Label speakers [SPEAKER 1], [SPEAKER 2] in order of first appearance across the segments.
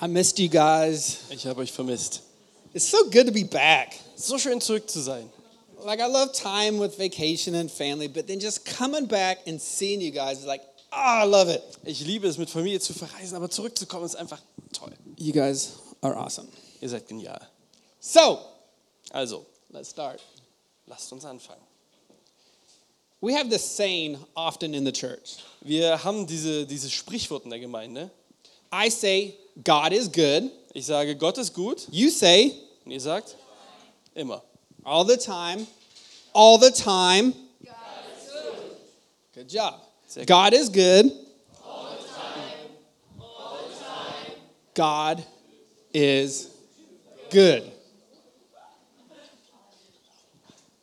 [SPEAKER 1] I missed you guys.
[SPEAKER 2] Ich habe euch vermisst.
[SPEAKER 1] It's so good to be back.
[SPEAKER 2] So schön zurück zu sein.
[SPEAKER 1] Like I love time with vacation and family, but then just coming back and seeing you guys is like, ah, I love it.
[SPEAKER 2] Ich liebe es, mit Familie zu verreisen, aber zurückzukommen ist einfach toll.
[SPEAKER 1] You guys are awesome.
[SPEAKER 2] Ihr seid genial.
[SPEAKER 1] So
[SPEAKER 2] Also,
[SPEAKER 1] let's start.
[SPEAKER 2] lasst uns anfangen.
[SPEAKER 1] We have this saying often in the church.
[SPEAKER 2] Wir haben diese, dieses Sprichwort in der Gemeinde.
[SPEAKER 1] I say God is good.
[SPEAKER 2] Ich sage, Gott ist gut.
[SPEAKER 1] You say
[SPEAKER 2] Und ihr sagt, immer.
[SPEAKER 1] all the time, all the time. Good job.
[SPEAKER 2] Sehr gut.
[SPEAKER 1] God is good. All the time. All the time. God is good.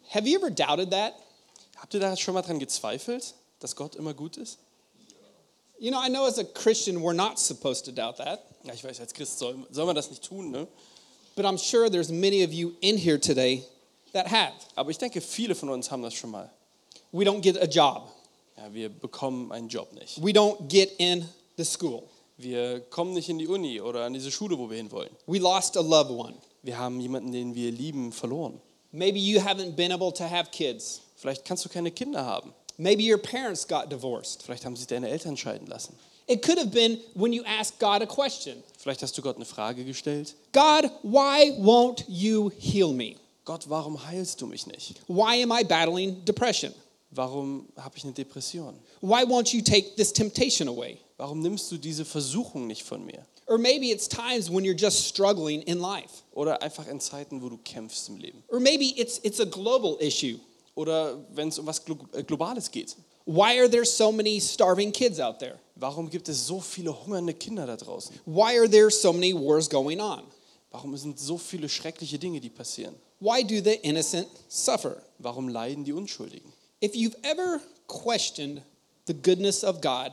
[SPEAKER 1] Have you ever doubted that?
[SPEAKER 2] Habt ihr da schon mal dran gezweifelt, dass Gott immer gut ist?
[SPEAKER 1] You know, I know as a Christian we're not supposed to doubt that,
[SPEAKER 2] Ja, ich weiß, als Christ soll, soll man das nicht tun, ne?
[SPEAKER 1] but I'm sure there's many of you in here today that have.
[SPEAKER 2] Aber ich denke, viele von uns haben das schon mal.
[SPEAKER 1] We don't get a job.
[SPEAKER 2] Ja, wir bekommen einen Job nicht.
[SPEAKER 1] We don't get in the school.
[SPEAKER 2] Wir kommen nicht in die Uni oder an diese Schule, wo wir hinwollen.
[SPEAKER 1] We lost a loved one.
[SPEAKER 2] Wir haben jemanden, den wir lieben, verloren.
[SPEAKER 1] Maybe you haven't been able to have kids.
[SPEAKER 2] Vielleicht kannst du keine Kinder haben.
[SPEAKER 1] Maybe your parents got divorced.
[SPEAKER 2] Vielleicht haben sich deine Eltern scheiden lassen.
[SPEAKER 1] It could have been when you asked God a question
[SPEAKER 2] Vielleicht hast du Gott eine Frage gestellt.
[SPEAKER 1] God, why won't you heal me?
[SPEAKER 2] Gott, warum heilst du mich nicht?
[SPEAKER 1] Why am I battling depression?
[SPEAKER 2] Warum habe ich eine Depression?
[SPEAKER 1] Why won't you take this temptation away?
[SPEAKER 2] Warum nimmst du diese Versuchung nicht von mir?
[SPEAKER 1] Or maybe it's times when you're just struggling in life.
[SPEAKER 2] Oder einfach in Zeiten, wo du kämpfst im Leben.
[SPEAKER 1] Or maybe it's, it's a global issue.
[SPEAKER 2] Oder wenn es um was Glo äh, Globales geht.
[SPEAKER 1] Why are there so many starving kids out there?
[SPEAKER 2] Warum gibt es so viele hungernde Kinder da draußen?
[SPEAKER 1] Why are there so many wars going on?
[SPEAKER 2] Warum sind so viele schreckliche Dinge, die passieren?
[SPEAKER 1] Why do the innocent suffer?
[SPEAKER 2] Warum leiden die Unschuldigen?
[SPEAKER 1] If you've ever questioned the goodness of God,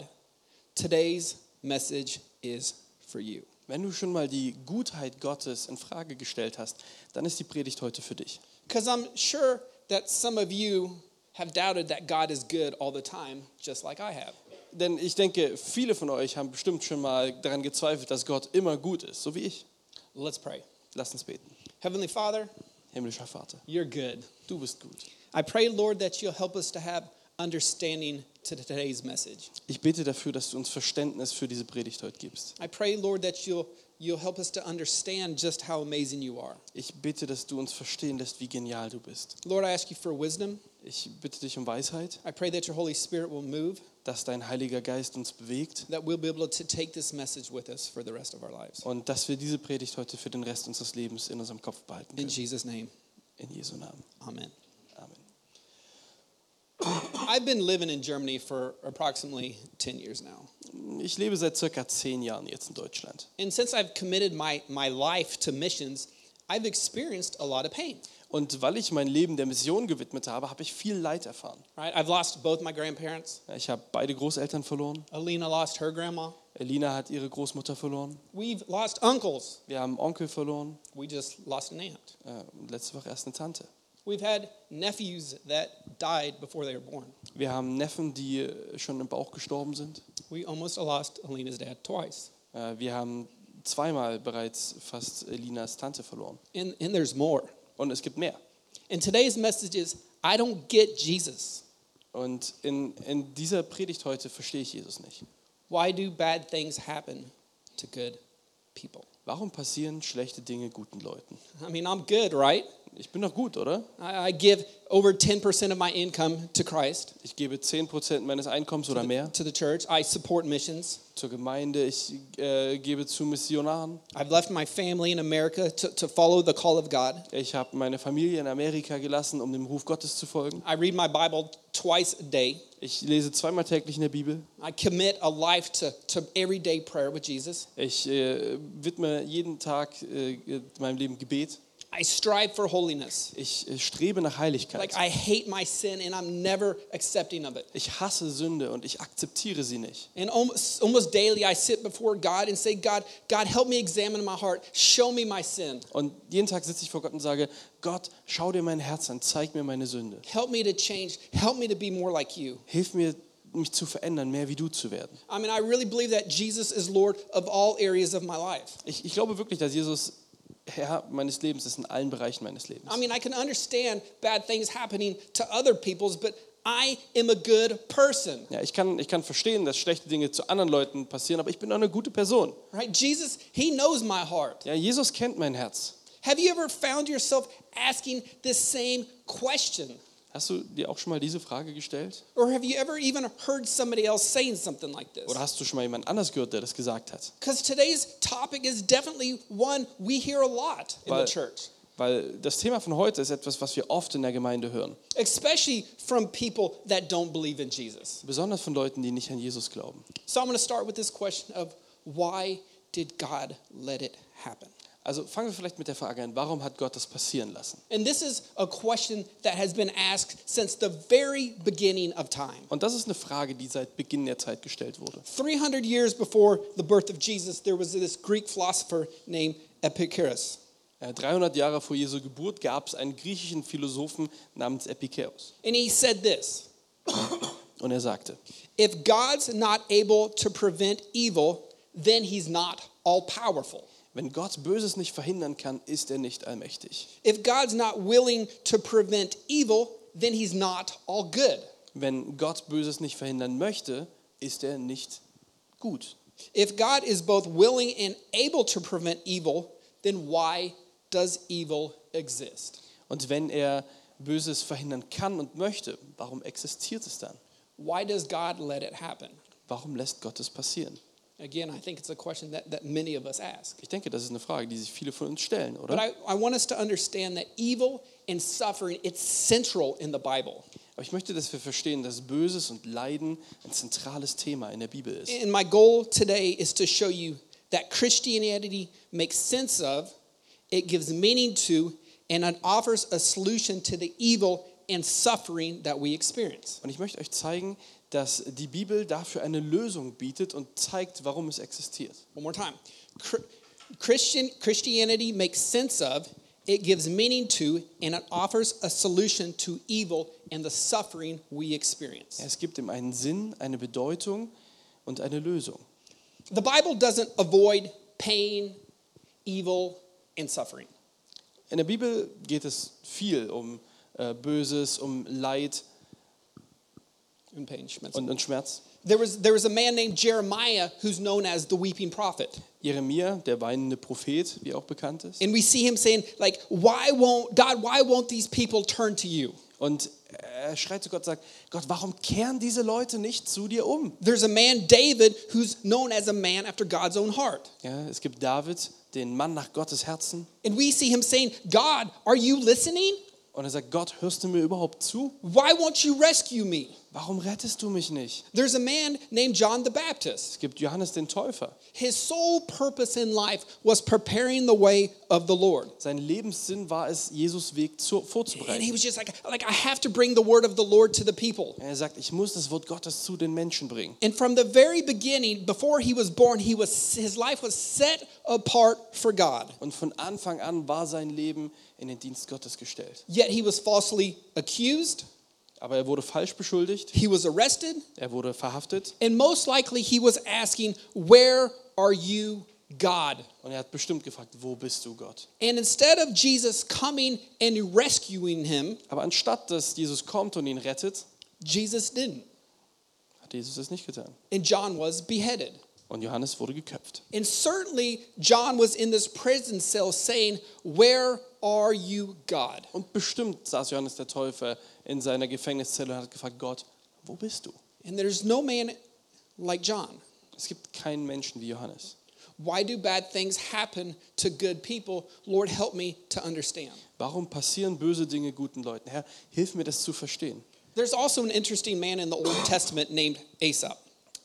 [SPEAKER 1] today's message is for you.
[SPEAKER 2] Wenn du schon mal die Gutheit Gottes in Frage gestellt hast, dann ist die Predigt heute für dich.
[SPEAKER 1] Because I'm sure that some of you have doubted that God is good all the time, just like I have.
[SPEAKER 2] Denn ich denke, viele von euch haben bestimmt schon mal daran gezweifelt, dass Gott immer gut ist, so wie ich.
[SPEAKER 1] Let's pray.
[SPEAKER 2] Lass uns beten.
[SPEAKER 1] Heavenly Father,
[SPEAKER 2] Himmlischer Vater,
[SPEAKER 1] you're good.
[SPEAKER 2] du bist gut.
[SPEAKER 1] I pray, Lord, that you'll help us to have understanding to today's message.
[SPEAKER 2] Ich bete dafür, dass du uns Verständnis für diese Predigt heute gibst.
[SPEAKER 1] I pray, Lord, that you'll, you'll help us to understand just how amazing you are.
[SPEAKER 2] Ich bete, dass du uns verstehen lässt, wie genial du bist.
[SPEAKER 1] Lord, I ask you for wisdom.
[SPEAKER 2] Ich bitte dich um Weisheit,
[SPEAKER 1] I pray that your Holy Spirit will move.
[SPEAKER 2] dass dein Heiliger Geist uns bewegt
[SPEAKER 1] that we'll be able to take this message with us for the rest of our lives.
[SPEAKER 2] und dass wir diese Predigt heute für den Rest unseres Lebens in unserem Kopf behalten.
[SPEAKER 1] In
[SPEAKER 2] Können.
[SPEAKER 1] Jesus' name,
[SPEAKER 2] In Jesu Namen.
[SPEAKER 1] amen.
[SPEAKER 2] Amen.
[SPEAKER 1] I've been living in Germany for approximately 10 years now.
[SPEAKER 2] Ich lebe seit circa zehn Jahren jetzt in Deutschland.
[SPEAKER 1] And since I've committed my, my life to missions, I've experienced a lot of pain,
[SPEAKER 2] Und weil ich mein Leben der Mission gewidmet habe, habe ich viel Leid erfahren.
[SPEAKER 1] right? I've lost both my grandparents.
[SPEAKER 2] Ich habe beide Großeltern verloren.
[SPEAKER 1] Alina lost her grandma.
[SPEAKER 2] Elina hat ihre Großmutter verloren.
[SPEAKER 1] We've lost uncles.
[SPEAKER 2] Wir haben einen Onkel verloren.
[SPEAKER 1] We just lost an aunt.
[SPEAKER 2] Äh, und letzte Woche erst eine Tante.
[SPEAKER 1] We've had nephews that died before they were born.
[SPEAKER 2] Wir haben Neffen, die äh, schon im Bauch gestorben sind.
[SPEAKER 1] We almost lost Alina's dad twice.
[SPEAKER 2] Äh, wir haben zweimal bereits fast Elinas Tante verloren.
[SPEAKER 1] And, and there's more.
[SPEAKER 2] Und es gibt mehr.
[SPEAKER 1] And today's message is I don't get Jesus.
[SPEAKER 2] Und in, in dieser Predigt heute verstehe ich Jesus nicht.
[SPEAKER 1] Why do bad things happen to good people?
[SPEAKER 2] Warum passieren schlechte Dinge guten Leuten?
[SPEAKER 1] I mean, I'm good, right?
[SPEAKER 2] Ich bin doch gut, oder?
[SPEAKER 1] I I give over 10% of my income to Christ,
[SPEAKER 2] Ich gebe 10% meines Einkommens oder mehr
[SPEAKER 1] to the church. I support missions.
[SPEAKER 2] zur Gemeinde. Ich äh, gebe zu Missionaren.
[SPEAKER 1] I've left my family in America to, to follow the call of God.
[SPEAKER 2] Ich habe meine Familie in Amerika gelassen, um dem Ruf Gottes zu folgen.
[SPEAKER 1] I read my Bible twice a day.
[SPEAKER 2] Ich lese zweimal täglich in der Bibel.
[SPEAKER 1] I commit a life to, to everyday prayer with Jesus.
[SPEAKER 2] Ich äh, widme jeden Tag äh, meinem Leben Gebet.
[SPEAKER 1] I strive for holiness.
[SPEAKER 2] Ich äh, strebe nach Heiligkeit.
[SPEAKER 1] Like, I hate my sin and I'm never accepting of it.
[SPEAKER 2] Ich hasse Sünde und ich akzeptiere sie nicht.
[SPEAKER 1] And almost, almost daily, I sit before God and say, God, God, help me examine my heart. Show me my sin.
[SPEAKER 2] Und jeden Tag sitze ich vor Gott und sage, Gott, schau dir mein Herz an, zeig mir meine Sünde.
[SPEAKER 1] Help me to change. Help me to be more like you.
[SPEAKER 2] Hilf mir, mich zu verändern, mehr wie du zu werden.
[SPEAKER 1] I mean, I really believe that Jesus is Lord of all areas of my life.
[SPEAKER 2] Ich, ich glaube wirklich, dass Jesus Herr meines Lebens ist in allen Bereichen meines Lebens.
[SPEAKER 1] I mean, I can understand bad things happening to other people's, but I am a good person,
[SPEAKER 2] Ja, ich kann, ich kann verstehen, dass schlechte Dinge zu anderen Leuten passieren, aber ich bin auch eine gute Person.
[SPEAKER 1] right? Jesus, He knows my heart.
[SPEAKER 2] Ja, Jesus kennt mein Herz.
[SPEAKER 1] Have you ever found yourself asking this same question?
[SPEAKER 2] Hast du dir auch schon mal diese Frage gestellt?
[SPEAKER 1] Or have you ever even heard somebody else saying something like this?
[SPEAKER 2] Oder hast du schon mal jemand anders gehört, der das gesagt hat?
[SPEAKER 1] Because today's topic is definitely one we hear a lot in the
[SPEAKER 2] Weil-
[SPEAKER 1] church,
[SPEAKER 2] Weil das Thema von heute ist etwas, was wir oft in der Gemeinde hören.
[SPEAKER 1] especially from people that don't believe in Jesus.
[SPEAKER 2] Besonders von Leuten, die nicht an Jesus glauben.
[SPEAKER 1] So I'm going to start with this question of why did God let it happen?
[SPEAKER 2] Also fangen wir vielleicht mit der Frage an, warum hat Gott das passieren lassen?
[SPEAKER 1] And this is a question that has been asked since the very beginning of time.
[SPEAKER 2] Und das ist eine Frage, die seit Beginn der Zeit gestellt wurde.
[SPEAKER 1] 300 years before the birth of Jesus, there was this Greek philosopher named Epicurus.
[SPEAKER 2] Äh, 300 Jahre vor Jesu Geburt gab es einen griechischen Philosophen namens Epikaios.
[SPEAKER 1] And he said this
[SPEAKER 2] Und er sagte,
[SPEAKER 1] If God's not able to prevent evil, then he's not all powerful.
[SPEAKER 2] wenn Gott Böses nicht verhindern kann, ist er nicht allmächtig.
[SPEAKER 1] If God's not willing to prevent evil, then he's not all good.
[SPEAKER 2] Wenn Gott Böses nicht verhindern möchte, ist er nicht gut.
[SPEAKER 1] If God is both willing and able to prevent evil, then why does evil exist?
[SPEAKER 2] Und wenn er Böses verhindern kann und möchte, warum existiert es dann?
[SPEAKER 1] Why does God let it happen?
[SPEAKER 2] Warum lässt Gott es passieren?
[SPEAKER 1] Again, I think it's a question that, that many of us ask.
[SPEAKER 2] Ich denke, das ist eine Frage, die sich viele von uns stellen,
[SPEAKER 1] But
[SPEAKER 2] oder?
[SPEAKER 1] I, I want us to understand that evil and suffering, it's central in the Bible.
[SPEAKER 2] Aber ich möchte, dass wir verstehen, dass Böses und Leiden ein zentrales Thema in der Bibel ist.
[SPEAKER 1] And my goal today is to show you that Christianity makes sense of, it gives meaning to, and it offers a solution to the evil and suffering that we experience.
[SPEAKER 2] Und ich möchte euch zeigen, dass die Bibel dafür eine Lösung bietet und zeigt, warum es existiert.
[SPEAKER 1] One more time. Chr- Christian, Christianity makes sense of, it gives meaning to, and it offers a solution to evil and the suffering we experience.
[SPEAKER 2] Es gibt ihm einen Sinn, eine Bedeutung und eine Lösung.
[SPEAKER 1] The Bible doesn't avoid pain, evil, and suffering.
[SPEAKER 2] In der Bibel geht es viel um äh, Böses, um Leid
[SPEAKER 1] And pain, Schmitz.
[SPEAKER 2] und, und Schmerz.
[SPEAKER 1] There was, there was a man named Jeremiah who's known as the weeping prophet.
[SPEAKER 2] Jeremia, der weinende Prophet, wie er auch bekannt ist.
[SPEAKER 1] And we see him saying, like, why won't, God, why won't these people turn to you?
[SPEAKER 2] Und er schreit zu Gott und sagt, Gott, warum kehren diese Leute nicht zu dir um?
[SPEAKER 1] There's a man, David, who's known as a man after God's own heart.
[SPEAKER 2] Ja, es gibt David, den Mann nach Gottes Herzen.
[SPEAKER 1] And we see him saying, God, are you listening?
[SPEAKER 2] Und er sagt, Gott, hörst du mir überhaupt zu?
[SPEAKER 1] Why won't you rescue me?
[SPEAKER 2] Warum rettest du mich nicht?
[SPEAKER 1] There's a man named John the Baptist.
[SPEAKER 2] Es gibt Johannes den Täufer.
[SPEAKER 1] His sole purpose in life was preparing the way of the Lord.
[SPEAKER 2] Sein Lebenssinn war es, Jesus Weg zu,
[SPEAKER 1] And he
[SPEAKER 2] vorzubereiten.
[SPEAKER 1] was just like, like, I have to bring the word of the Lord to the people.
[SPEAKER 2] Er sagt, ich muss das Wort Gottes zu den Menschen bringen.
[SPEAKER 1] And from the very beginning, before he was born, he was, his life was set apart for God.
[SPEAKER 2] Und von Anfang an war sein Leben in den Dienst Gottes gestellt.
[SPEAKER 1] Yet he was falsely accused,
[SPEAKER 2] Aber er wurde falsch beschuldigt,
[SPEAKER 1] he was arrested,
[SPEAKER 2] er wurde verhaftet
[SPEAKER 1] and most likely he was asking, Where are you, God?
[SPEAKER 2] und er hat bestimmt gefragt, wo bist du Gott?
[SPEAKER 1] And instead of Jesus coming and rescuing him,
[SPEAKER 2] Aber anstatt dass Jesus kommt und ihn rettet,
[SPEAKER 1] Jesus didn't.
[SPEAKER 2] hat Jesus es nicht getan.
[SPEAKER 1] And John was beheaded.
[SPEAKER 2] Und Johannes wurde geköpft.
[SPEAKER 1] And certainly, John was in this prison cell saying, Where are you, God?
[SPEAKER 2] Und bestimmt saß Johannes der Täufer in seiner Gefängniszelle und hat gefragt, Gott, wo bist du?
[SPEAKER 1] And there's no man like John.
[SPEAKER 2] Es gibt keinen Menschen wie Johannes.
[SPEAKER 1] Why do bad things happen to good people? Lord, help me to understand.
[SPEAKER 2] Warum passieren böse Dinge guten Leuten? Herr, hilf mir das zu verstehen.
[SPEAKER 1] There's also an interesting man in the Old Testament named Aesop.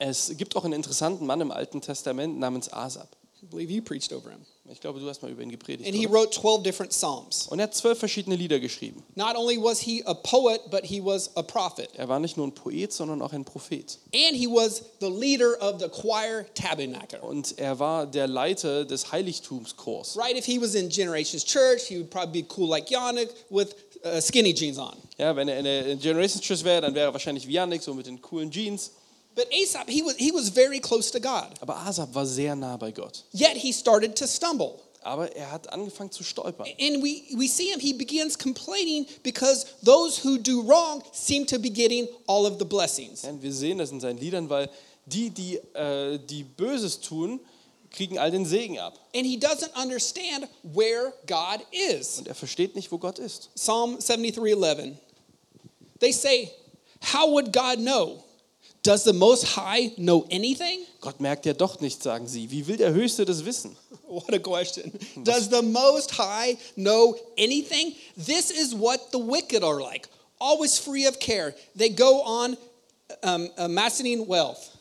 [SPEAKER 2] Es gibt auch einen interessanten Mann im Alten Testament namens Asab.
[SPEAKER 1] I believe you preached over him.
[SPEAKER 2] Ich glaube, du hast mal über ihn gepredigt.
[SPEAKER 1] And he
[SPEAKER 2] oder?
[SPEAKER 1] wrote 12 different Psalms.
[SPEAKER 2] Und er hat zwölf verschiedene Lieder geschrieben.
[SPEAKER 1] Not only was he a poet, but he was a prophet.
[SPEAKER 2] Er war nicht nur ein Poet, sondern auch ein Prophet.
[SPEAKER 1] And he was the leader of the choir tabernacle.
[SPEAKER 2] Und er war der Leiter des Heiligtumschors.
[SPEAKER 1] Right? If he was in Generations Church, he would probably be cool like Yannick with uh, skinny jeans on.
[SPEAKER 2] Ja, wenn er in der Generations Church wäre, dann wäre er wahrscheinlich wie Yannick, so mit den coolen Jeans.
[SPEAKER 1] But Aesop, he was, he was very close to God,
[SPEAKER 2] Aber Asab war sehr nah bei Gott.
[SPEAKER 1] yet he started to stumble.
[SPEAKER 2] Aber er hat angefangen zu stolpern.
[SPEAKER 1] And we, we see him, he begins complaining because those who do wrong seem to be getting all of the blessings.
[SPEAKER 2] Ja, und wir sehen das in seinen Liedern, weil die, die, äh, die Böses tun, kriegen all den Segen ab.
[SPEAKER 1] And he doesn't understand where God is.
[SPEAKER 2] Und er versteht nicht, wo Gott ist.
[SPEAKER 1] Psalm 73 11. They say, How would God know? Does the Most High know anything?
[SPEAKER 2] Gott merkt ja doch nichts, sagen sie. Wie will der Höchste das wissen?
[SPEAKER 1] What a question. Does the Most High know anything? This is what the wicked are like, always free of care. They go on um, amassing wealth.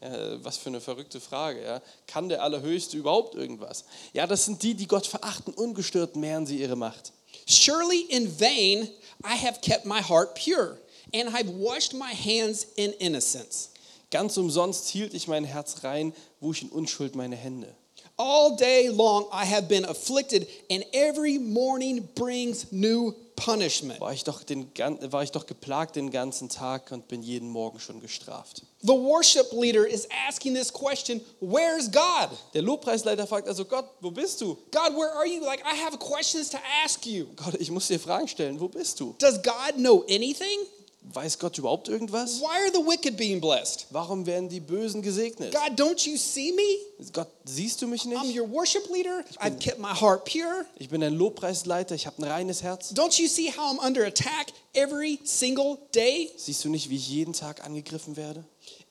[SPEAKER 2] Äh, was für eine verrückte Frage. Ja? Kann der Allerhöchste überhaupt irgendwas? Ja, das sind die, die Gott verachten. Ungestört mehren sie ihre Macht.
[SPEAKER 1] Surely in vain I have kept my heart pure, and I've washed my hands in innocence.
[SPEAKER 2] Ganz umsonst hielt ich mein Herz rein, wo ich in Unschuld meine Hände.
[SPEAKER 1] All day long I have been afflicted, and every morning brings new punishment.
[SPEAKER 2] War ich, doch den, gan- war ich doch geplagt den ganzen Tag und bin jeden Morgen schon gestraft.
[SPEAKER 1] The worship leader is asking this question Where's God?
[SPEAKER 2] Der Lobpreisleiter fragt also, Gott, wo bist du?
[SPEAKER 1] God, where are you? Like, I have questions to ask you.
[SPEAKER 2] Gott, ich muss dir Fragen stellen. Wo bist du?
[SPEAKER 1] Does God know anything?
[SPEAKER 2] Weiß Gott überhaupt irgendwas?
[SPEAKER 1] Why are the wicked being blessed?
[SPEAKER 2] Warum werden die Bösen gesegnet?
[SPEAKER 1] God, don't you see me?
[SPEAKER 2] Gott, siehst du mich
[SPEAKER 1] I'm
[SPEAKER 2] nicht?
[SPEAKER 1] your worship leader. I've kept my heart pure.
[SPEAKER 2] Ich bin ein Lobpreisleiter, ich habe ein reines Herz.
[SPEAKER 1] Don't you see how I'm under attack every single day?
[SPEAKER 2] Siehst du nicht, wie ich jeden Tag angegriffen werde?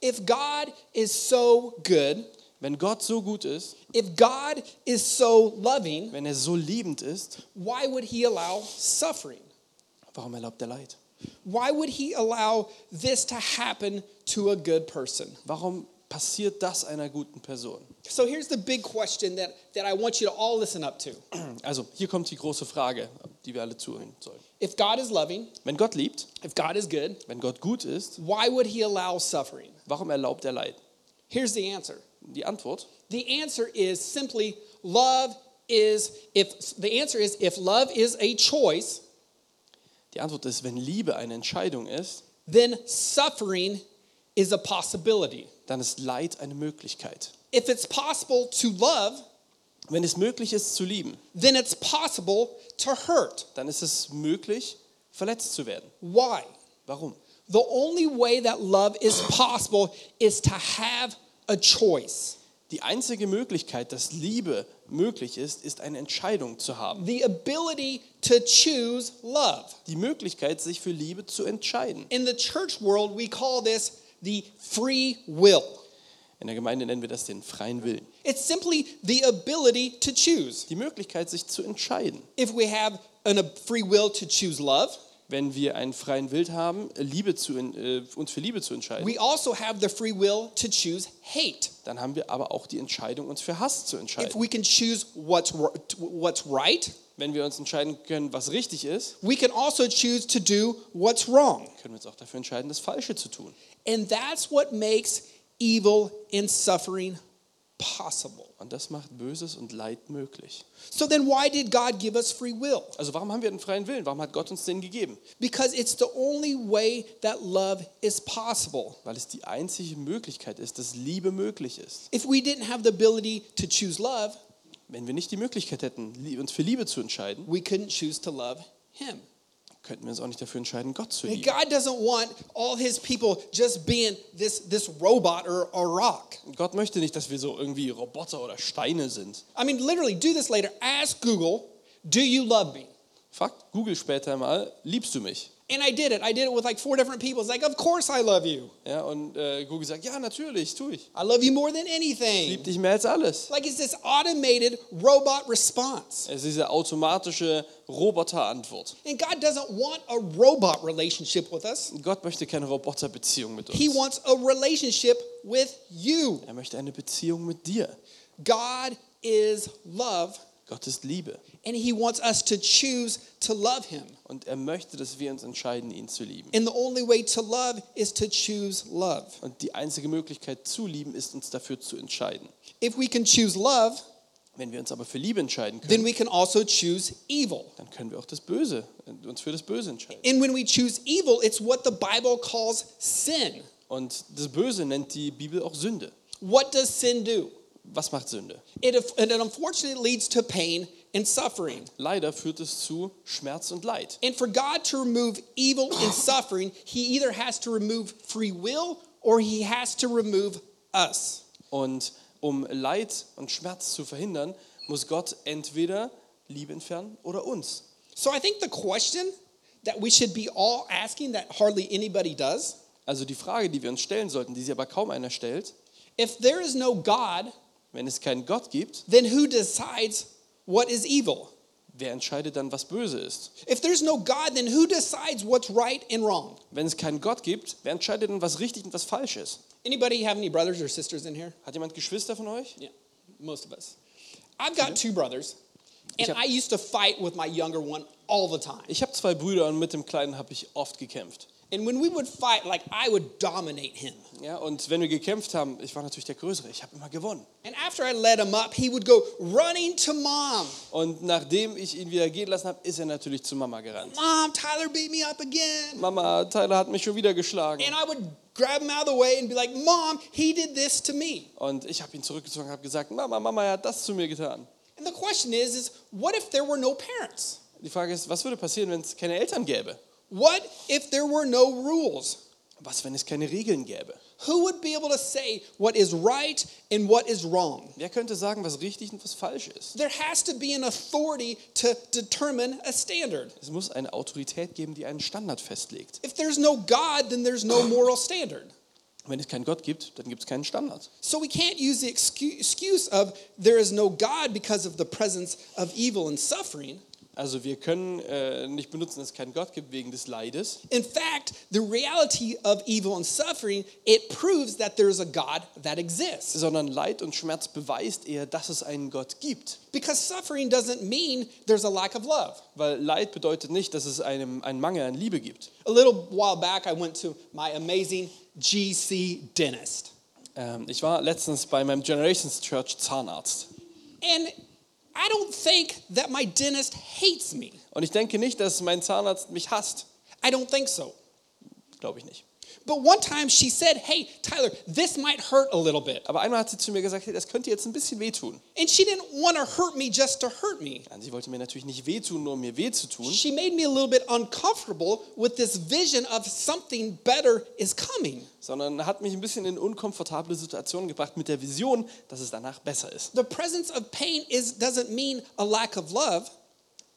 [SPEAKER 1] If God is so good,
[SPEAKER 2] Wenn Gott so gut ist,
[SPEAKER 1] if God is so loving,
[SPEAKER 2] wenn er so liebend ist,
[SPEAKER 1] why would he allow suffering?
[SPEAKER 2] warum erlaubt er Leid?
[SPEAKER 1] Why would he allow this to happen to a good person?
[SPEAKER 2] Warum passiert das einer guten Person?
[SPEAKER 1] So here's the big question that, that I want you to all listen up to.
[SPEAKER 2] Also, hier kommt die große Frage, die wir alle zuhören sollen.
[SPEAKER 1] If God is loving,
[SPEAKER 2] Wenn Gott liebt,
[SPEAKER 1] if God is good,
[SPEAKER 2] wenn Gott gut ist,
[SPEAKER 1] why would he allow suffering?
[SPEAKER 2] warum erlaubt er Leid?
[SPEAKER 1] Here's the answer.
[SPEAKER 2] Die Antwort,
[SPEAKER 1] The answer is simply love is if the answer is if love is a choice,
[SPEAKER 2] die Antwort ist, wenn Liebe eine Entscheidung ist,
[SPEAKER 1] then suffering is a possibility.
[SPEAKER 2] dann ist Leid eine Möglichkeit.
[SPEAKER 1] If it's possible to love,
[SPEAKER 2] Wenn es möglich ist zu lieben,
[SPEAKER 1] then it's possible to hurt.
[SPEAKER 2] dann ist es möglich, verletzt zu werden.
[SPEAKER 1] Why?
[SPEAKER 2] Warum?
[SPEAKER 1] The only way that love is possible is to have a choice.
[SPEAKER 2] Die einzige Möglichkeit, dass Liebe möglich ist, ist eine Entscheidung zu haben.
[SPEAKER 1] The ability to choose love.
[SPEAKER 2] Die Möglichkeit, sich für Liebe zu entscheiden.
[SPEAKER 1] In the church world, we call this the free will.
[SPEAKER 2] In der Gemeinde nennen wir das den freien Willen.
[SPEAKER 1] It's simply the ability to choose.
[SPEAKER 2] Die Möglichkeit, sich zu entscheiden.
[SPEAKER 1] If we have an, a free will to choose love,
[SPEAKER 2] Wenn wir einen freien Willen haben, Liebe zu, äh, uns für Liebe zu entscheiden,
[SPEAKER 1] we also have the free will to choose hate.
[SPEAKER 2] dann haben wir aber auch die Entscheidung, uns für Hass zu
[SPEAKER 1] If
[SPEAKER 2] entscheiden.
[SPEAKER 1] we can choose what's, r- what's right,
[SPEAKER 2] Wenn wir uns entscheiden können, was richtig ist,
[SPEAKER 1] we can also choose to do what's wrong.
[SPEAKER 2] können wir uns auch dafür entscheiden, das Falsche zu tun.
[SPEAKER 1] And that's what makes evil and suffering possible.
[SPEAKER 2] Und das macht Böses und Leid möglich.
[SPEAKER 1] So then, why did God give us free will?
[SPEAKER 2] Also warum haben wir einen freien Willen? Warum hat Gott uns den gegeben?
[SPEAKER 1] Because it's the only way that love is possible.
[SPEAKER 2] Weil es die einzige Möglichkeit ist, dass Liebe möglich ist.
[SPEAKER 1] If we didn't have the ability to choose love,
[SPEAKER 2] Wenn wir nicht die Möglichkeit hätten, lie- uns für Liebe zu entscheiden,
[SPEAKER 1] we couldn't choose to love Him.
[SPEAKER 2] könnten wir uns auch nicht dafür entscheiden, Gott zu
[SPEAKER 1] And
[SPEAKER 2] lieben.
[SPEAKER 1] God doesn't want all His people just being this, this robot or a rock.
[SPEAKER 2] Gott möchte nicht, dass wir so irgendwie Roboter oder Steine sind.
[SPEAKER 1] I mean, literally, do this later. Ask Google, do you love me?
[SPEAKER 2] Fragt Google später mal, liebst du mich?
[SPEAKER 1] And I did it. I did it with like four different people. It's like, of course I love you.
[SPEAKER 2] Ja, und äh, Google sagt, ja, natürlich, tu ich.
[SPEAKER 1] I love you more than
[SPEAKER 2] Ich liebe
[SPEAKER 1] anything.
[SPEAKER 2] dich mehr als alles.
[SPEAKER 1] Like it's this automated robot response.
[SPEAKER 2] Es ist diese automatische Roboterantwort.
[SPEAKER 1] And God doesn't want a robot relationship with us.
[SPEAKER 2] Gott möchte keine Roboterbeziehung mit
[SPEAKER 1] He
[SPEAKER 2] uns.
[SPEAKER 1] wants a relationship with you.
[SPEAKER 2] Er möchte eine Beziehung mit dir.
[SPEAKER 1] God is love,
[SPEAKER 2] Gott ist Liebe.
[SPEAKER 1] and He wants us to choose to love Him.
[SPEAKER 2] Und er möchte, dass wir uns entscheiden, ihn zu lieben.
[SPEAKER 1] And the only way to love is to choose love.
[SPEAKER 2] Und die einzige Möglichkeit zu lieben ist, uns dafür zu entscheiden.
[SPEAKER 1] If we can choose love,
[SPEAKER 2] Wenn wir uns aber für Liebe entscheiden
[SPEAKER 1] then
[SPEAKER 2] können,
[SPEAKER 1] we can also choose evil.
[SPEAKER 2] dann können wir auch das Böse, uns für das Böse entscheiden.
[SPEAKER 1] And when we choose evil, it's what the Bible calls sin.
[SPEAKER 2] Und das Böse nennt die Bibel auch Sünde.
[SPEAKER 1] What does sin do?
[SPEAKER 2] Was macht Sünde?
[SPEAKER 1] It, it unfortunately leads to pain and suffering.
[SPEAKER 2] Leider führt es zu Schmerz und Leid.
[SPEAKER 1] And for God to remove evil and suffering, He either has to remove free will or He has to remove us.
[SPEAKER 2] Und um Leid und Schmerz zu verhindern, muss Gott entweder Liebe entfernen oder uns.
[SPEAKER 1] So I think the question that we should be all asking that hardly anybody does
[SPEAKER 2] Also die Frage, die wir uns stellen sollten, die sich aber kaum einer stellt,
[SPEAKER 1] if there is no God,
[SPEAKER 2] wenn es keinen Gott gibt,
[SPEAKER 1] then who decides what is evil?
[SPEAKER 2] wer entscheidet dann, was böse ist?
[SPEAKER 1] If there's no God, then who decides what's right and wrong?
[SPEAKER 2] Wenn es keinen Gott gibt, wer entscheidet denn, was richtig und was falsch ist?
[SPEAKER 1] Anybody have any brothers or sisters in here?
[SPEAKER 2] Hat jemand Geschwister von euch?
[SPEAKER 1] Yeah, most of us. I've got two brothers, and
[SPEAKER 2] Ich hab-
[SPEAKER 1] I used to fight with my younger one all the time.
[SPEAKER 2] Ich habe zwei Brüder und mit dem Kleinen habe ich oft gekämpft.
[SPEAKER 1] And when we would fight, like I would dominate him.
[SPEAKER 2] Ja, und wenn wir gekämpft haben, ich war natürlich der Größere, ich habe immer gewonnen.
[SPEAKER 1] And after I let him up, he would go running to mom.
[SPEAKER 2] Und nachdem ich ihn wieder gehen lassen habe, ist er natürlich zu Mama gerannt.
[SPEAKER 1] Mom, Tyler beat me up again.
[SPEAKER 2] Mama, Tyler hat mich schon wieder geschlagen.
[SPEAKER 1] And I would grab him out of the way and be like, Mom, he did this to me.
[SPEAKER 2] Und ich habe ihn zurückgezogen und habe gesagt, Mama, Mama, er hat das zu mir getan.
[SPEAKER 1] And the question is, is what if there were no parents?
[SPEAKER 2] Die Frage ist, was würde passieren, wenn es keine Eltern gäbe?
[SPEAKER 1] What if there were no rules?
[SPEAKER 2] Was, wenn es keine Regeln gäbe?
[SPEAKER 1] Who would be able to say what is right and what is wrong?
[SPEAKER 2] Wer könnte sagen, was richtig und was falsch ist?
[SPEAKER 1] There has to be an authority to determine a standard.
[SPEAKER 2] Es muss eine Autorität geben, die einen Standard festlegt.
[SPEAKER 1] If there's no God, then there's no moral standard.
[SPEAKER 2] Wenn es keinen Gott gibt, dann gibt es keinen Standard.
[SPEAKER 1] So we can't use the excu- excuse of there is no God because of the presence of evil and suffering.
[SPEAKER 2] Also wir können äh, nicht benutzen, dass es keinen Gott gibt wegen des Leides.
[SPEAKER 1] In fact, the reality of evil and suffering, it proves that there's a God that exists.
[SPEAKER 2] sondern Leid und Schmerz beweist eher, dass es einen Gott gibt.
[SPEAKER 1] Because suffering doesn't mean there's a lack of love.
[SPEAKER 2] Weil Leid bedeutet nicht, dass es einem einen Mangel an Liebe gibt.
[SPEAKER 1] A little while back, I went to my amazing GC dentist.
[SPEAKER 2] Ähm, ich war letztens bei meinem Generations Church Zahnarzt.
[SPEAKER 1] And I don't think that my dentist hates me.
[SPEAKER 2] Und ich denke nicht, dass mein Zahnarzt mich hasst.
[SPEAKER 1] I don't think so.
[SPEAKER 2] Glaube ich nicht.
[SPEAKER 1] But one time she said, Hey, Tyler, this might hurt a little bit.
[SPEAKER 2] Aber einmal hat sie zu mir gesagt, hey, das könnte jetzt ein bisschen wehtun.
[SPEAKER 1] And she didn't want to hurt me just to hurt me.
[SPEAKER 2] Ja, sie wollte mir natürlich nicht wehtun, nur um mir weh zu tun.
[SPEAKER 1] She made me a little bit uncomfortable with this vision of something better is coming.
[SPEAKER 2] sondern hat mich ein bisschen in unkomfortable Situationen gebracht mit der Vision, dass es danach besser ist.
[SPEAKER 1] The presence of pain is, doesn't mean a lack of love.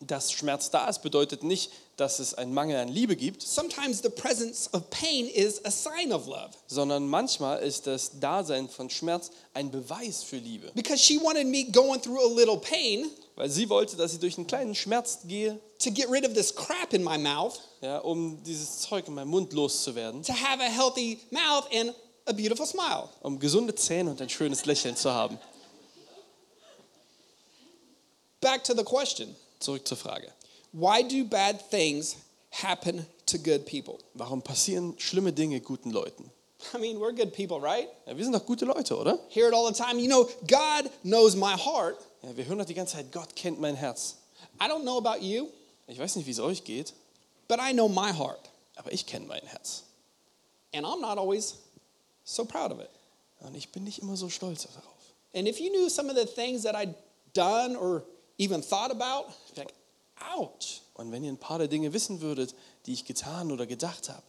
[SPEAKER 2] Dass Schmerz da ist, bedeutet nicht, dass es einen Mangel an Liebe gibt,
[SPEAKER 1] Sometimes the presence of pain is a sign of love
[SPEAKER 2] sondern manchmal ist das Dasein von Schmerz ein Beweis für Liebe.
[SPEAKER 1] because she wanted me going through a little pain
[SPEAKER 2] Weil sie wollte, dass ich durch einen kleinen Schmerz gehe,
[SPEAKER 1] to get rid of this crap in my mouth
[SPEAKER 2] ja, um dieses Zeug in meinem Mund loszuwerden,
[SPEAKER 1] to have a healthy mouth and a beautiful smile.
[SPEAKER 2] um gesunde Zähne und ein schönes Lächeln zu haben.
[SPEAKER 1] Back to the question
[SPEAKER 2] Zurück zur Frage.
[SPEAKER 1] why do bad things happen to good people?
[SPEAKER 2] Warum passieren schlimme Dinge guten Leuten?
[SPEAKER 1] I mean, we're good people, right?
[SPEAKER 2] Ja, wir sind doch gute Leute, oder?
[SPEAKER 1] Hear it all the time. You know, God knows my heart.
[SPEAKER 2] Ja, wir hören doch die ganze Zeit, Gott kennt mein Herz.
[SPEAKER 1] I don't know about you,
[SPEAKER 2] Ich weiß nicht, wie es euch geht,
[SPEAKER 1] but I know my heart,
[SPEAKER 2] aber ich kenne mein Herz.
[SPEAKER 1] and I'm not always so proud of it.
[SPEAKER 2] Und ich bin nicht immer so stolz darauf.
[SPEAKER 1] And if you knew some of the things that I'd done or even thought about, you'd be like, ouch.
[SPEAKER 2] Und wenn ihr ein paar der Dinge wissen würdet, die ich getan oder gedacht habe,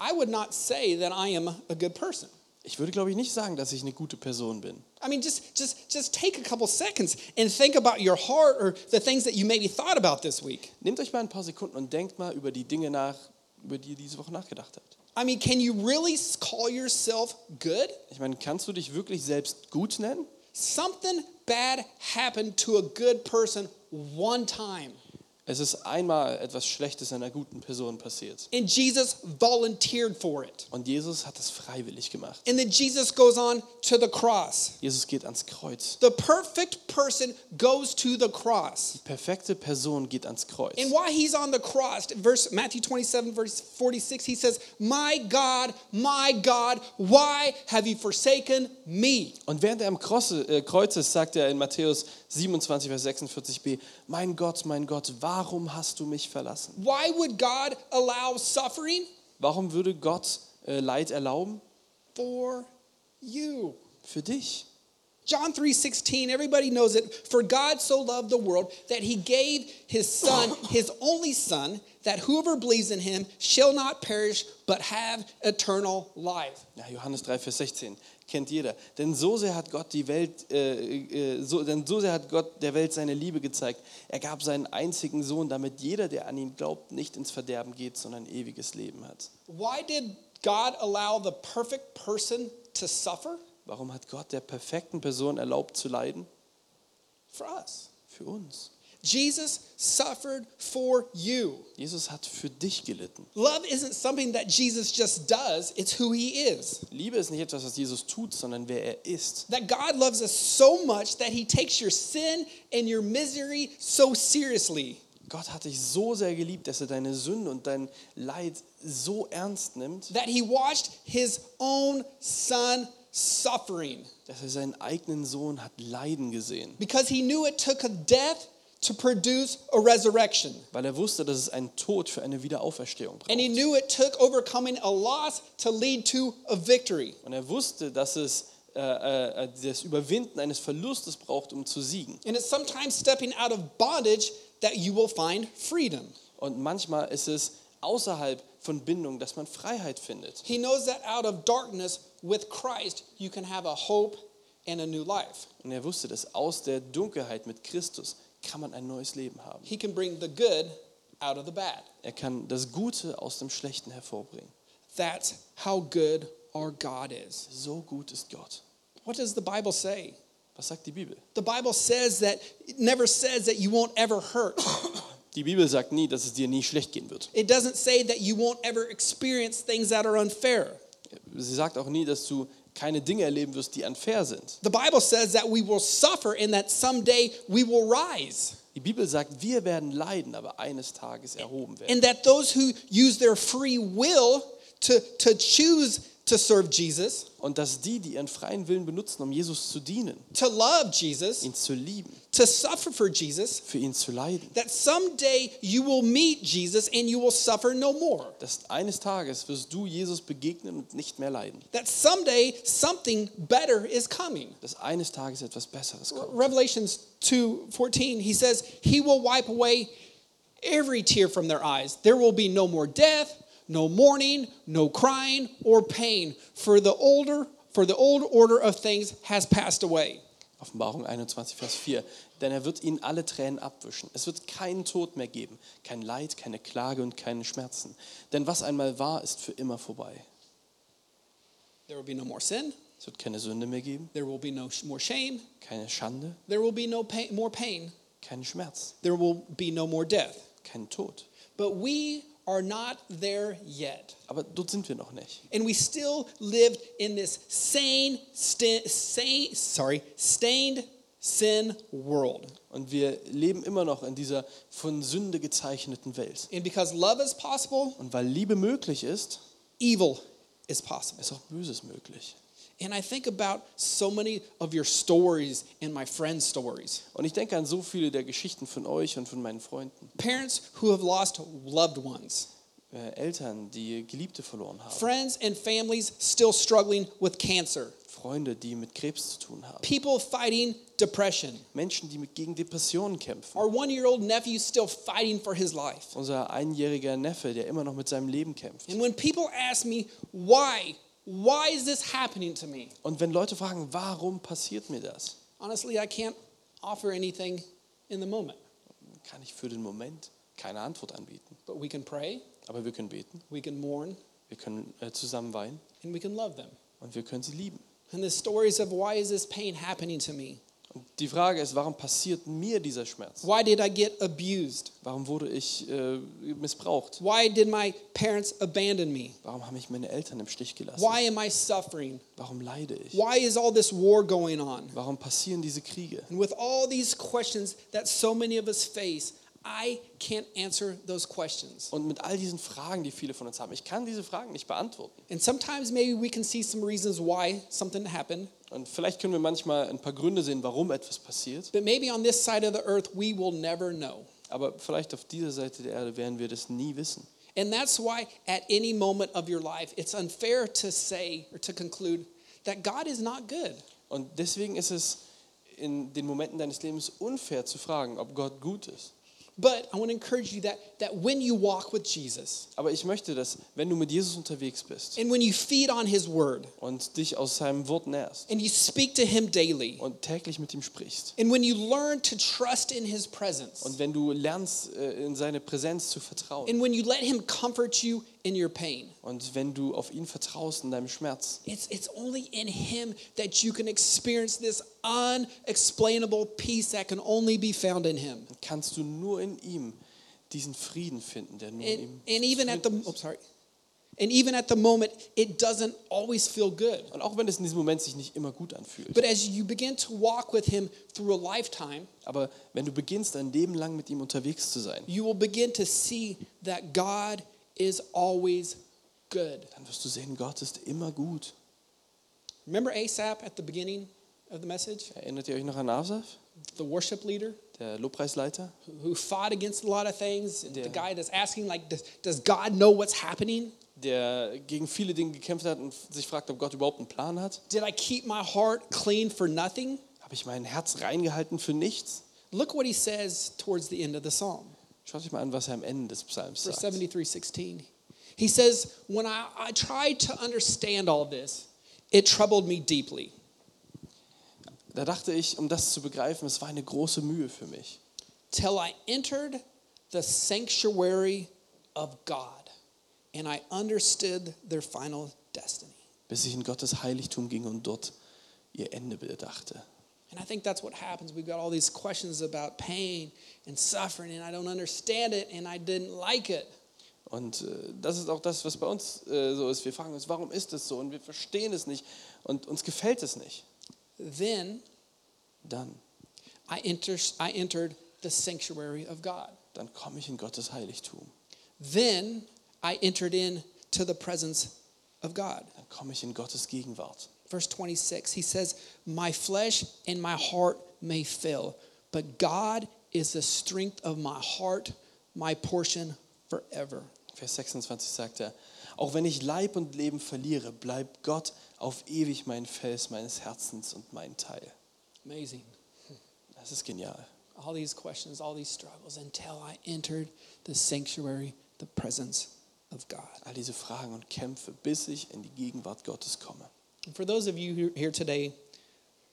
[SPEAKER 1] I would not say that I am a good person.
[SPEAKER 2] ich würde, glaube ich, nicht sagen, dass ich eine gute Person bin.
[SPEAKER 1] I mean, just just just take a couple seconds and think about your heart or the things that you maybe thought about this week.
[SPEAKER 2] Nehmt euch mal ein paar Sekunden und denkt mal über die Dinge nach, über die ihr diese Woche nachgedacht habt.
[SPEAKER 1] I mean, can you really s- call yourself good?
[SPEAKER 2] Ich meine, kannst du dich wirklich selbst gut nennen?
[SPEAKER 1] Something bad happened to a good person one time,
[SPEAKER 2] Es ist einmal etwas Schlechtes einer guten Person passiert.
[SPEAKER 1] and Jesus volunteered for it.
[SPEAKER 2] Und Jesus hat es freiwillig gemacht.
[SPEAKER 1] And then Jesus goes on to the cross.
[SPEAKER 2] Jesus geht ans Kreuz.
[SPEAKER 1] The perfect person goes to the cross.
[SPEAKER 2] Perfekte Person geht ans Kreuz.
[SPEAKER 1] And while he's on the cross, verse Matthew 27, verse 46, he says, My God, my God, why have you forsaken me?
[SPEAKER 2] Und während er am Kreuz, äh, Kreuz ist, sagt er in Matthäus 27, Vers 46b, Mein Gott, mein Gott, warum hast du mich verlassen?
[SPEAKER 1] Why would God allow suffering?
[SPEAKER 2] Warum würde Gott äh, Leid erlauben?
[SPEAKER 1] for you.
[SPEAKER 2] Für dich.
[SPEAKER 1] John 3:16, everybody knows it. For God so loved the world that he gave his son, his only son, that whoever believes in him shall not perish but have eternal life.
[SPEAKER 2] Ja, Johannes 3, Vers 16 kennt jeder. Denn so sehr hat Gott die Welt, äh, äh, so, denn so sehr hat Gott der Welt seine Liebe gezeigt. Er gab seinen einzigen Sohn, damit jeder, der an ihn glaubt, nicht ins Verderben geht, sondern ewiges Leben hat.
[SPEAKER 1] Why did God allow the perfect person to suffer?
[SPEAKER 2] Warum hat Gott der perfekten Person erlaubt zu leiden?
[SPEAKER 1] For us.
[SPEAKER 2] Für uns.
[SPEAKER 1] Jesus suffered for you.
[SPEAKER 2] Jesus hat für dich gelitten.
[SPEAKER 1] Love isn't something that Jesus just does, it's who he is.
[SPEAKER 2] Liebe ist nicht etwas, was Jesus tut, sondern wer er ist.
[SPEAKER 1] That God loves us so much that he takes your sin and your misery so seriously.
[SPEAKER 2] Gott hat dich so sehr geliebt, dass er deine Sünde und dein Leid so ernst nimmt,
[SPEAKER 1] that he watched his own son suffering
[SPEAKER 2] dass er seinen eigenen Sohn hat leiden gesehen,
[SPEAKER 1] because he knew it took a death to produce a resurrection.
[SPEAKER 2] weil er wusste, dass es einen Tod für eine Wiederauferstehung braucht.
[SPEAKER 1] And he knew it took overcoming a loss to lead to a victory.
[SPEAKER 2] Und er wusste, dass es äh, äh, das Überwinden eines Verlustes braucht, um zu siegen.
[SPEAKER 1] And it's sometimes stepping out of bondage that you will find freedom.
[SPEAKER 2] Und manchmal ist es außerhalb von Bindung, dass man Freiheit findet.
[SPEAKER 1] He knows that out of darkness with Christ, you can have a hope and a new life.
[SPEAKER 2] Und er wusste, dass aus der Dunkelheit mit Christus kann man ein neues Leben haben.
[SPEAKER 1] He can bring the good out of the bad.
[SPEAKER 2] Er kann das Gute aus dem Schlechten hervorbringen.
[SPEAKER 1] That's how good our God is.
[SPEAKER 2] So gut ist Gott.
[SPEAKER 1] What does the Bible say?
[SPEAKER 2] Was sagt die Bibel?
[SPEAKER 1] The Bible says that it never says that you won't ever hurt.
[SPEAKER 2] Die Bibel sagt nie, dass es dir nie schlecht gehen wird.
[SPEAKER 1] It doesn't say that you won't ever experience things that are unfair.
[SPEAKER 2] Sie sagt auch nie, dass du keine Dinge erleben wirst, die unfair sind.
[SPEAKER 1] The Bible says that we will suffer and that someday we will rise.
[SPEAKER 2] Die Bibel sagt, wir werden leiden, aber eines Tages erhoben werden.
[SPEAKER 1] And that those who use their free will to, to choose to serve Jesus,
[SPEAKER 2] Und dass die, die ihren freien Willen benutzen, um Jesus zu dienen,
[SPEAKER 1] to love Jesus,
[SPEAKER 2] ihn zu lieben,
[SPEAKER 1] to suffer for Jesus,
[SPEAKER 2] für ihn zu leiden,
[SPEAKER 1] that someday you will meet Jesus and you will suffer no more.
[SPEAKER 2] dass eines Tages wirst du Jesus begegnen und nicht mehr leiden.
[SPEAKER 1] That someday something better is coming.
[SPEAKER 2] Dass eines Tages etwas Besseres kommt.
[SPEAKER 1] Revelations 2 14, he says, He will wipe away every tear from their eyes. There will be no more death, no mourning, no crying or pain, for the older, for the old order of things has passed away.
[SPEAKER 2] Offenbarung 21, Vers 4. Denn er wird ihnen alle Tränen abwischen. Es wird keinen Tod mehr geben, kein Leid, keine Klage und keine Schmerzen. Denn was einmal war, ist für immer vorbei.
[SPEAKER 1] There will be no more sin,
[SPEAKER 2] Es wird keine Sünde mehr geben,
[SPEAKER 1] there will be no sh- more shame,
[SPEAKER 2] keine Schande,
[SPEAKER 1] there will be no pain, more pain,
[SPEAKER 2] keinen Schmerz,
[SPEAKER 1] there will be no more death.
[SPEAKER 2] keinen Tod.
[SPEAKER 1] But we are not there yet.
[SPEAKER 2] Aber dort sind wir noch nicht.
[SPEAKER 1] And we still lived in this sane, sti- sane sorry, stained sin world.
[SPEAKER 2] Und wir leben immer noch in dieser von Sünde gezeichneten Welt.
[SPEAKER 1] And because love is possible,
[SPEAKER 2] Und weil Liebe möglich ist,
[SPEAKER 1] evil is possible.
[SPEAKER 2] ist auch Böses möglich.
[SPEAKER 1] And I think about so many of your stories and my friends' stories.
[SPEAKER 2] Und ich denke an so viele der Geschichten von euch und von meinen Freunden.
[SPEAKER 1] Parents who have lost loved ones,
[SPEAKER 2] Äh, Eltern, die Geliebte verloren haben.
[SPEAKER 1] friends and families still struggling with cancer,
[SPEAKER 2] Freunde, die mit Krebs zu tun haben.
[SPEAKER 1] people fighting depression.
[SPEAKER 2] Menschen, die mit- gegen Depressionen kämpfen.
[SPEAKER 1] Our one year old nephew still fighting for his life.
[SPEAKER 2] Unser einjähriger Neffe, der immer noch mit seinem Leben kämpft.
[SPEAKER 1] And when people ask me, why? Why is this happening to me?
[SPEAKER 2] Und wenn Leute fragen, warum passiert mir das,
[SPEAKER 1] Honestly, I can't offer anything in the moment.
[SPEAKER 2] kann ich für den Moment keine Antwort anbieten.
[SPEAKER 1] But we can pray,
[SPEAKER 2] Aber wir können beten,
[SPEAKER 1] we can mourn,
[SPEAKER 2] wir können äh, zusammen weinen
[SPEAKER 1] and we can love them.
[SPEAKER 2] und wir können sie lieben.
[SPEAKER 1] And the stories of why is this pain happening to me?
[SPEAKER 2] Und die Frage ist, warum passiert mir dieser Schmerz?
[SPEAKER 1] Why did I get abused?
[SPEAKER 2] Warum wurde ich äh, missbraucht?
[SPEAKER 1] Why did my parents abandon me?
[SPEAKER 2] Warum haben mich meine Eltern im Stich gelassen?
[SPEAKER 1] Why am I suffering?
[SPEAKER 2] Warum leide ich?
[SPEAKER 1] Why is all this war going on?
[SPEAKER 2] Warum passieren diese Kriege?
[SPEAKER 1] And with all these questions that so many of us face, I can't answer those questions.
[SPEAKER 2] Und mit all diesen Fragen, die viele von uns haben, ich kann diese Fragen nicht beantworten.
[SPEAKER 1] And sometimes maybe we can see some reasons why something happened,
[SPEAKER 2] Und vielleicht können wir manchmal ein paar Gründe sehen, warum etwas passiert.
[SPEAKER 1] But maybe on this side of the earth, we will never know.
[SPEAKER 2] Aber vielleicht auf dieser Seite der Erde werden wir das nie wissen.
[SPEAKER 1] And that's why at any moment of your life, it's unfair to say or to conclude that God is not good.
[SPEAKER 2] Und deswegen ist es in den Momenten deines Lebens unfair zu fragen, ob Gott gut ist.
[SPEAKER 1] But I want to encourage you that, that when you walk with Jesus
[SPEAKER 2] Aber ich möchte, dass, wenn du mit Jesus unterwegs bist
[SPEAKER 1] and when you feed on his word
[SPEAKER 2] und dich aus seinem Wort nährst
[SPEAKER 1] and you speak to him daily
[SPEAKER 2] und täglich mit ihm sprichst
[SPEAKER 1] and when you learn to trust in his presence
[SPEAKER 2] und wenn du lernst, äh, in seine Präsenz zu vertrauen
[SPEAKER 1] and when you let him comfort you in your pain,
[SPEAKER 2] und wenn du auf ihn vertraust in deinem Schmerz,
[SPEAKER 1] it's, it's only in him that you can experience this unexplainable peace that can only be found in him.
[SPEAKER 2] kannst du nur in ihm diesen Frieden finden, der nur
[SPEAKER 1] and,
[SPEAKER 2] in ihm
[SPEAKER 1] and even at the
[SPEAKER 2] finden
[SPEAKER 1] oh,
[SPEAKER 2] ist.
[SPEAKER 1] sorry and even at the moment it doesn't always feel good
[SPEAKER 2] Und auch wenn es in diesem Moment sich nicht immer gut anfühlt.
[SPEAKER 1] but as you begin to walk with him through a lifetime
[SPEAKER 2] Aber wenn du beginnst, ein Leben lang mit ihm unterwegs zu sein,
[SPEAKER 1] you will begin to see that god is always good
[SPEAKER 2] dann wirst du sehen, Gott ist immer gut.
[SPEAKER 1] remember asap at the beginning of the message
[SPEAKER 2] Erinnert ihr euch noch an Asaf,
[SPEAKER 1] the worship leader
[SPEAKER 2] der Lobpreisleiter?
[SPEAKER 1] who fought against a lot of things and
[SPEAKER 2] Yeah.
[SPEAKER 1] the guy that's asking like does, does god know what's happening
[SPEAKER 2] der gegen viele Dinge gekämpft hat und sich fragt, ob Gott überhaupt einen Plan hat.
[SPEAKER 1] did i keep my heart clean for nothing
[SPEAKER 2] Habe ich mein Herz reingehalten für nichts?
[SPEAKER 1] look what he says towards the end of the psalm
[SPEAKER 2] Schaut euch mal an, was er am Ende des Psalms
[SPEAKER 1] verse
[SPEAKER 2] sagt.
[SPEAKER 1] 73 16 he says when I, I tried to understand all this it troubled me deeply
[SPEAKER 2] Da dachte ich, um das zu begreifen, es war eine große Mühe für mich,
[SPEAKER 1] till i entered the sanctuary of god and i understood their final destiny
[SPEAKER 2] bis ich in Gottes Heiligtum ging und dort ihr Ende bedachte.
[SPEAKER 1] and i think that's what happens we've got all these questions about pain and suffering and i don't understand it and i didn't like it
[SPEAKER 2] Und äh, das ist auch das, was bei uns äh, so ist. Wir fragen uns, warum ist das so? Und wir verstehen es nicht und uns gefällt es nicht.
[SPEAKER 1] then
[SPEAKER 2] Dann,
[SPEAKER 1] i, enter, I entered the sanctuary of god
[SPEAKER 2] dann komme ich in Gottes Heiligtum.
[SPEAKER 1] then i entered into the presence of god
[SPEAKER 2] Dann komme ich in Gottes Gegenwart.
[SPEAKER 1] verse 26 he says my flesh and my heart may fail but god is the strength of my heart my portion forever
[SPEAKER 2] Vers 26 sagt er, auch wenn ich Leib und Leben verliere, bleibt Gott auf ewig mein Fels meines Herzens und mein Teil.
[SPEAKER 1] amazing
[SPEAKER 2] Das ist genial.
[SPEAKER 1] all these questions all these struggles until i entered the sanctuary the presence of god
[SPEAKER 2] All diese Fragen und Kämpfe, bis ich in die Gegenwart Gottes komme.
[SPEAKER 1] and for those of you who are here today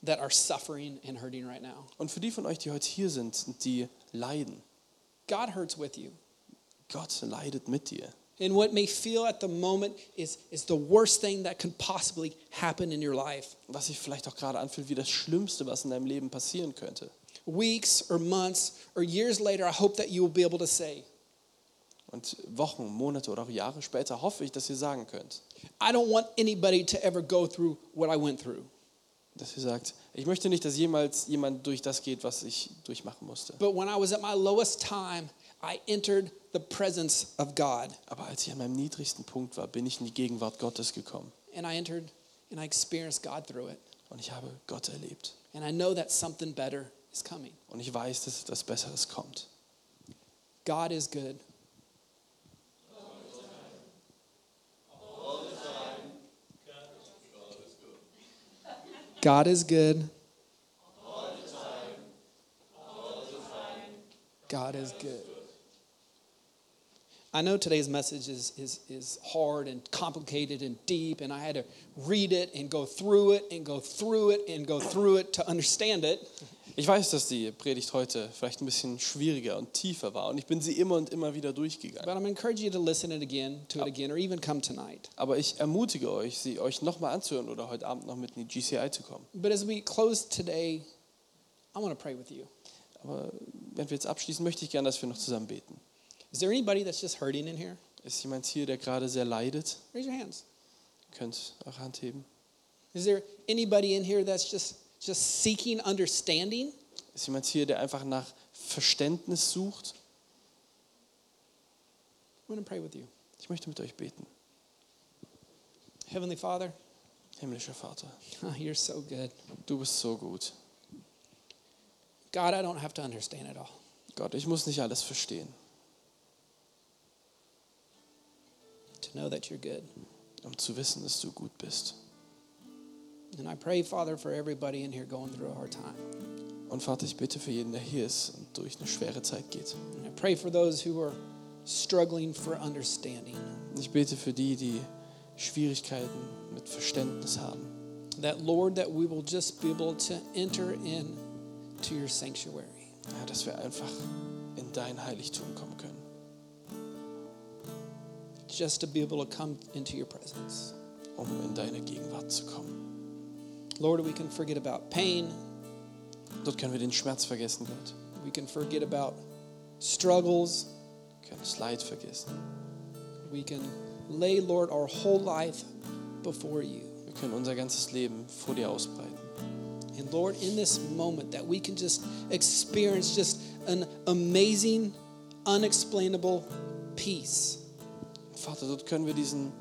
[SPEAKER 1] that are suffering and hurting right now
[SPEAKER 2] Und für die von euch, die heute hier sind und die leiden,
[SPEAKER 1] god hurts with you
[SPEAKER 2] Gott leidet mit dir.
[SPEAKER 1] and what may feel at the moment is, is the worst thing that could possibly happen in your life
[SPEAKER 2] Was sich vielleicht auch gerade anfühlt wie das Schlimmste, was in deinem Leben passieren könnte.
[SPEAKER 1] weeks or months or years later, I hope that you will be able to say,
[SPEAKER 2] Und Wochen, Monate oder auch Jahre später hoffe ich, dass ihr sagen könnt,
[SPEAKER 1] I don't want anybody to ever go through what I went through.
[SPEAKER 2] dass ihr sagt, ich möchte nicht, dass jemals jemand durch das geht, was ich durchmachen musste.
[SPEAKER 1] But when I was at my lowest time, I entered the presence of God
[SPEAKER 2] Aber als ich an meinem niedrigsten Punkt war, bin ich in die Gegenwart Gottes gekommen
[SPEAKER 1] and I entered and I experienced God through it.
[SPEAKER 2] und ich habe Gott erlebt.
[SPEAKER 1] And I know that something better is coming.
[SPEAKER 2] Und ich weiß, dass etwas Besseres kommt.
[SPEAKER 1] God is good. God is good. God is good. I know today's message is, is, is hard and complicated and deep, and I had to read it and go through it and go through it and go through it to understand it.
[SPEAKER 2] Ich weiß, dass die Predigt heute vielleicht ein bisschen schwieriger und tiefer war und ich bin sie immer und immer wieder durchgegangen.
[SPEAKER 1] But I'm encouraging you to listen it again, to it again, or even come tonight.
[SPEAKER 2] Aber ich ermutige euch, sie euch nochmal anzuhören oder heute Abend noch mit in die GCI zu kommen.
[SPEAKER 1] But as we close today, I want to pray with you.
[SPEAKER 2] Aber wenn wir jetzt abschließen, möchte ich gerne, dass wir noch zusammen beten.
[SPEAKER 1] Is there anybody that's just hurting in here?
[SPEAKER 2] Ist jemand hier, der gerade sehr leidet?
[SPEAKER 1] Raise your hands.
[SPEAKER 2] Ihr könnt eure Hand heben.
[SPEAKER 1] Is there anybody in here that's just just seeking understanding?
[SPEAKER 2] Ist jemand hier, der einfach nach Verständnis sucht?
[SPEAKER 1] I want to pray with you.
[SPEAKER 2] Ich möchte mit euch beten.
[SPEAKER 1] Heavenly Father,
[SPEAKER 2] Himmlischer Vater,
[SPEAKER 1] oh, you're so good.
[SPEAKER 2] du bist so gut.
[SPEAKER 1] God, I don't have to understand it all.
[SPEAKER 2] Gott, ich muss nicht alles verstehen,
[SPEAKER 1] to know that you're good.
[SPEAKER 2] um zu wissen, dass du gut bist.
[SPEAKER 1] And I pray, Father, for everybody in here going through a hard time.
[SPEAKER 2] Und Vater, ich bitte für jeden, der hier ist und durch eine schwere Zeit geht.
[SPEAKER 1] And I pray for those who are struggling for understanding,
[SPEAKER 2] Und ich bete für die, die Schwierigkeiten mit Verständnis haben.
[SPEAKER 1] that, Lord, that we will just be able to enter in to your sanctuary.
[SPEAKER 2] Ja, dass wir einfach in dein Heiligtum kommen können.
[SPEAKER 1] Just to be able to come into your presence.
[SPEAKER 2] um in deine Gegenwart zu kommen.
[SPEAKER 1] Lord, we can forget about pain.
[SPEAKER 2] Dort können wir den Schmerz vergessen, Gott.
[SPEAKER 1] We can forget about struggles.
[SPEAKER 2] Wir können das Leid vergessen.
[SPEAKER 1] We can lay, Lord, our whole life before you.
[SPEAKER 2] Wir können unser ganzes Leben vor dir ausbreiten.
[SPEAKER 1] And Lord, in this moment, that we can just experience just an amazing, unexplainable peace.
[SPEAKER 2] Vater, dort können wir diesen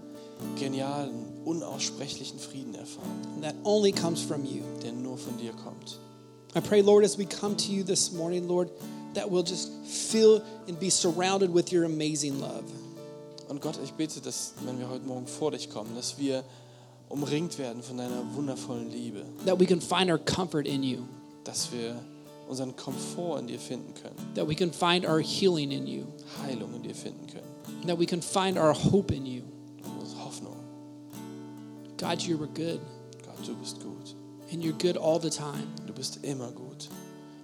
[SPEAKER 2] genialen, unaussprechlichen Frieden erfahren,
[SPEAKER 1] that only comes from you.
[SPEAKER 2] der nur von dir kommt.
[SPEAKER 1] I pray, Lord, as we come to you this morning, Lord, that we'll just feel and be surrounded with your amazing love.
[SPEAKER 2] Und Gott, ich bete, dass wenn wir heute Morgen vor dich kommen, dass wir umringt werden von deiner wundervollen Liebe,
[SPEAKER 1] That we can find our comfort in you.
[SPEAKER 2] dass wir unseren Komfort in dir finden können,
[SPEAKER 1] That we can find our healing in you.
[SPEAKER 2] Heilung in dir finden können,
[SPEAKER 1] That we can find our hope in you.
[SPEAKER 2] unsere Hoffnung.
[SPEAKER 1] God, you are good.
[SPEAKER 2] Gott, du bist gut.
[SPEAKER 1] And you're good all the time.
[SPEAKER 2] Du bist immer gut.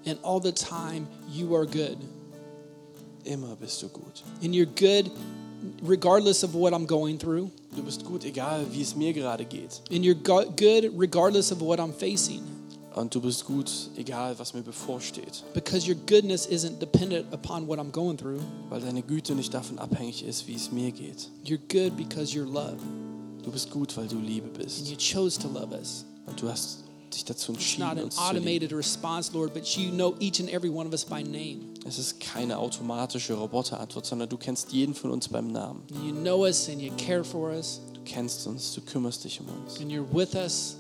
[SPEAKER 1] And all the time, you are good.
[SPEAKER 2] Immer bist du gut.
[SPEAKER 1] And you're good regardless of what I'm going through.
[SPEAKER 2] Du bist gut, egal wie es mir gerade geht.
[SPEAKER 1] And you're go- good regardless of what I'm facing.
[SPEAKER 2] Und du bist gut, egal was mir bevorsteht.
[SPEAKER 1] Because your goodness isn't dependent upon what I'm going through.
[SPEAKER 2] Weil deine Güte nicht davon abhängig ist, wie es mir geht.
[SPEAKER 1] You're good because you're love.
[SPEAKER 2] Du bist gut, weil du Liebe
[SPEAKER 1] And
[SPEAKER 2] bist.
[SPEAKER 1] you chose to love us.
[SPEAKER 2] Und du hast dich dazu
[SPEAKER 1] It's
[SPEAKER 2] entschieden,
[SPEAKER 1] not an
[SPEAKER 2] uns zu lieben.
[SPEAKER 1] automated response, Lord, but you know each and every one of us by name.
[SPEAKER 2] Es ist keine automatische Roboterantwort, sondern du kennst jeden von uns beim Namen.
[SPEAKER 1] You know us and you care for us
[SPEAKER 2] Du kennst uns, du kümmerst dich um uns.
[SPEAKER 1] and you're with us,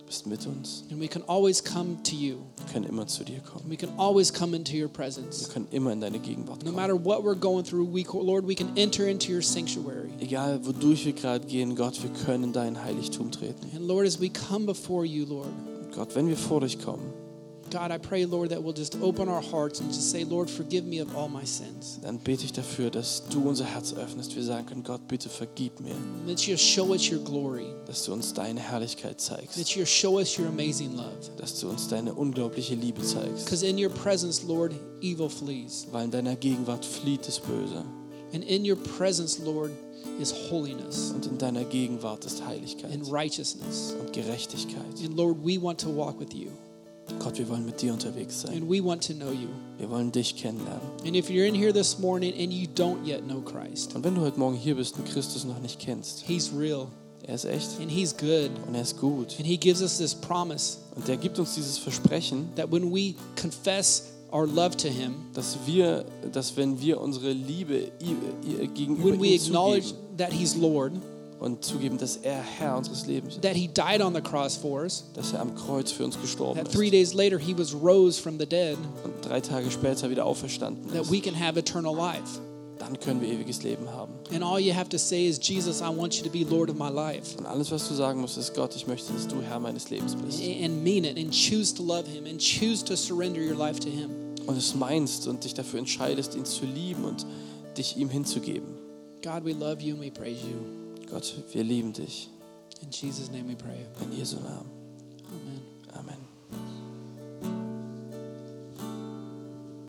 [SPEAKER 2] Du bist mit uns.
[SPEAKER 1] and we can always come to you.
[SPEAKER 2] Wir können immer zu dir kommen.
[SPEAKER 1] We can always come into your
[SPEAKER 2] Wir
[SPEAKER 1] presence.
[SPEAKER 2] können immer in deine Gegenwart
[SPEAKER 1] No
[SPEAKER 2] kommen.
[SPEAKER 1] matter what we're going through, we, Lord, we can enter into your sanctuary.
[SPEAKER 2] Egal, wodurch wir gerade gehen, Gott, wir können in dein Heiligtum treten.
[SPEAKER 1] And Lord, as we come before you, Lord,
[SPEAKER 2] Und Gott, wenn wir vor dich kommen,
[SPEAKER 1] God, I pray, Lord, that we'll just open our hearts and just say, Lord, forgive me of all my sins.
[SPEAKER 2] dann bete ich dafür, dass du unser Herz öffnest. Wir sagen können, Gott, bitte vergib mir,
[SPEAKER 1] And that you'll show us your glory,
[SPEAKER 2] dass du uns deine Herrlichkeit zeigst,
[SPEAKER 1] that you'll show us your amazing love.
[SPEAKER 2] dass du uns deine unglaubliche Liebe zeigst.
[SPEAKER 1] Because in your presence, Lord, evil flees.
[SPEAKER 2] Weil in deiner Gegenwart flieht das Böse
[SPEAKER 1] And in your presence, Lord, is holiness
[SPEAKER 2] und in deiner Gegenwart ist Heiligkeit
[SPEAKER 1] and righteousness.
[SPEAKER 2] und Gerechtigkeit.
[SPEAKER 1] And Lord, we want to walk with you
[SPEAKER 2] Gott, wir wollen mit dir unterwegs sein.
[SPEAKER 1] and we want to know you.
[SPEAKER 2] Wir wollen dich kennenlernen.
[SPEAKER 1] And if you're in here this morning and you don't yet know Christ,
[SPEAKER 2] Und wenn du heute Morgen hier bist und Christus noch nicht kennst,
[SPEAKER 1] He's real
[SPEAKER 2] er ist echt
[SPEAKER 1] and He's good.
[SPEAKER 2] und er ist gut.
[SPEAKER 1] And He gives us this promise
[SPEAKER 2] Und er gibt uns dieses Versprechen,
[SPEAKER 1] that when we confess our love to Him,
[SPEAKER 2] dass wir, dass wenn wir unsere Liebe i- i- gegenüber
[SPEAKER 1] when we
[SPEAKER 2] ihm
[SPEAKER 1] acknowledge
[SPEAKER 2] zugeben,
[SPEAKER 1] that He's Lord,
[SPEAKER 2] und zugeben, dass er Herr unseres Lebens ist,
[SPEAKER 1] that He died on the cross for us,
[SPEAKER 2] dass er am Kreuz für uns gestorben
[SPEAKER 1] that
[SPEAKER 2] ist
[SPEAKER 1] three days later He was rose from the dead,
[SPEAKER 2] und drei Tage später wieder auferstanden
[SPEAKER 1] that
[SPEAKER 2] ist,
[SPEAKER 1] we can have eternal life.
[SPEAKER 2] dann können wir ewiges Leben haben.
[SPEAKER 1] And all you have to say is, Jesus, I want you to be Lord of my life.
[SPEAKER 2] Und alles, was du sagen musst, ist, Gott, ich möchte, dass du Herr meines Lebens bist.
[SPEAKER 1] And mean it and choose to love Him and choose to surrender your life to Him.
[SPEAKER 2] Und es meinst und dich dafür entscheidest, ihn zu lieben und dich ihm hinzugeben.
[SPEAKER 1] God, we love you and we praise you.
[SPEAKER 2] Gott, wir lieben dich.
[SPEAKER 1] In Jesus' name we pray.
[SPEAKER 2] In Jesu Namen.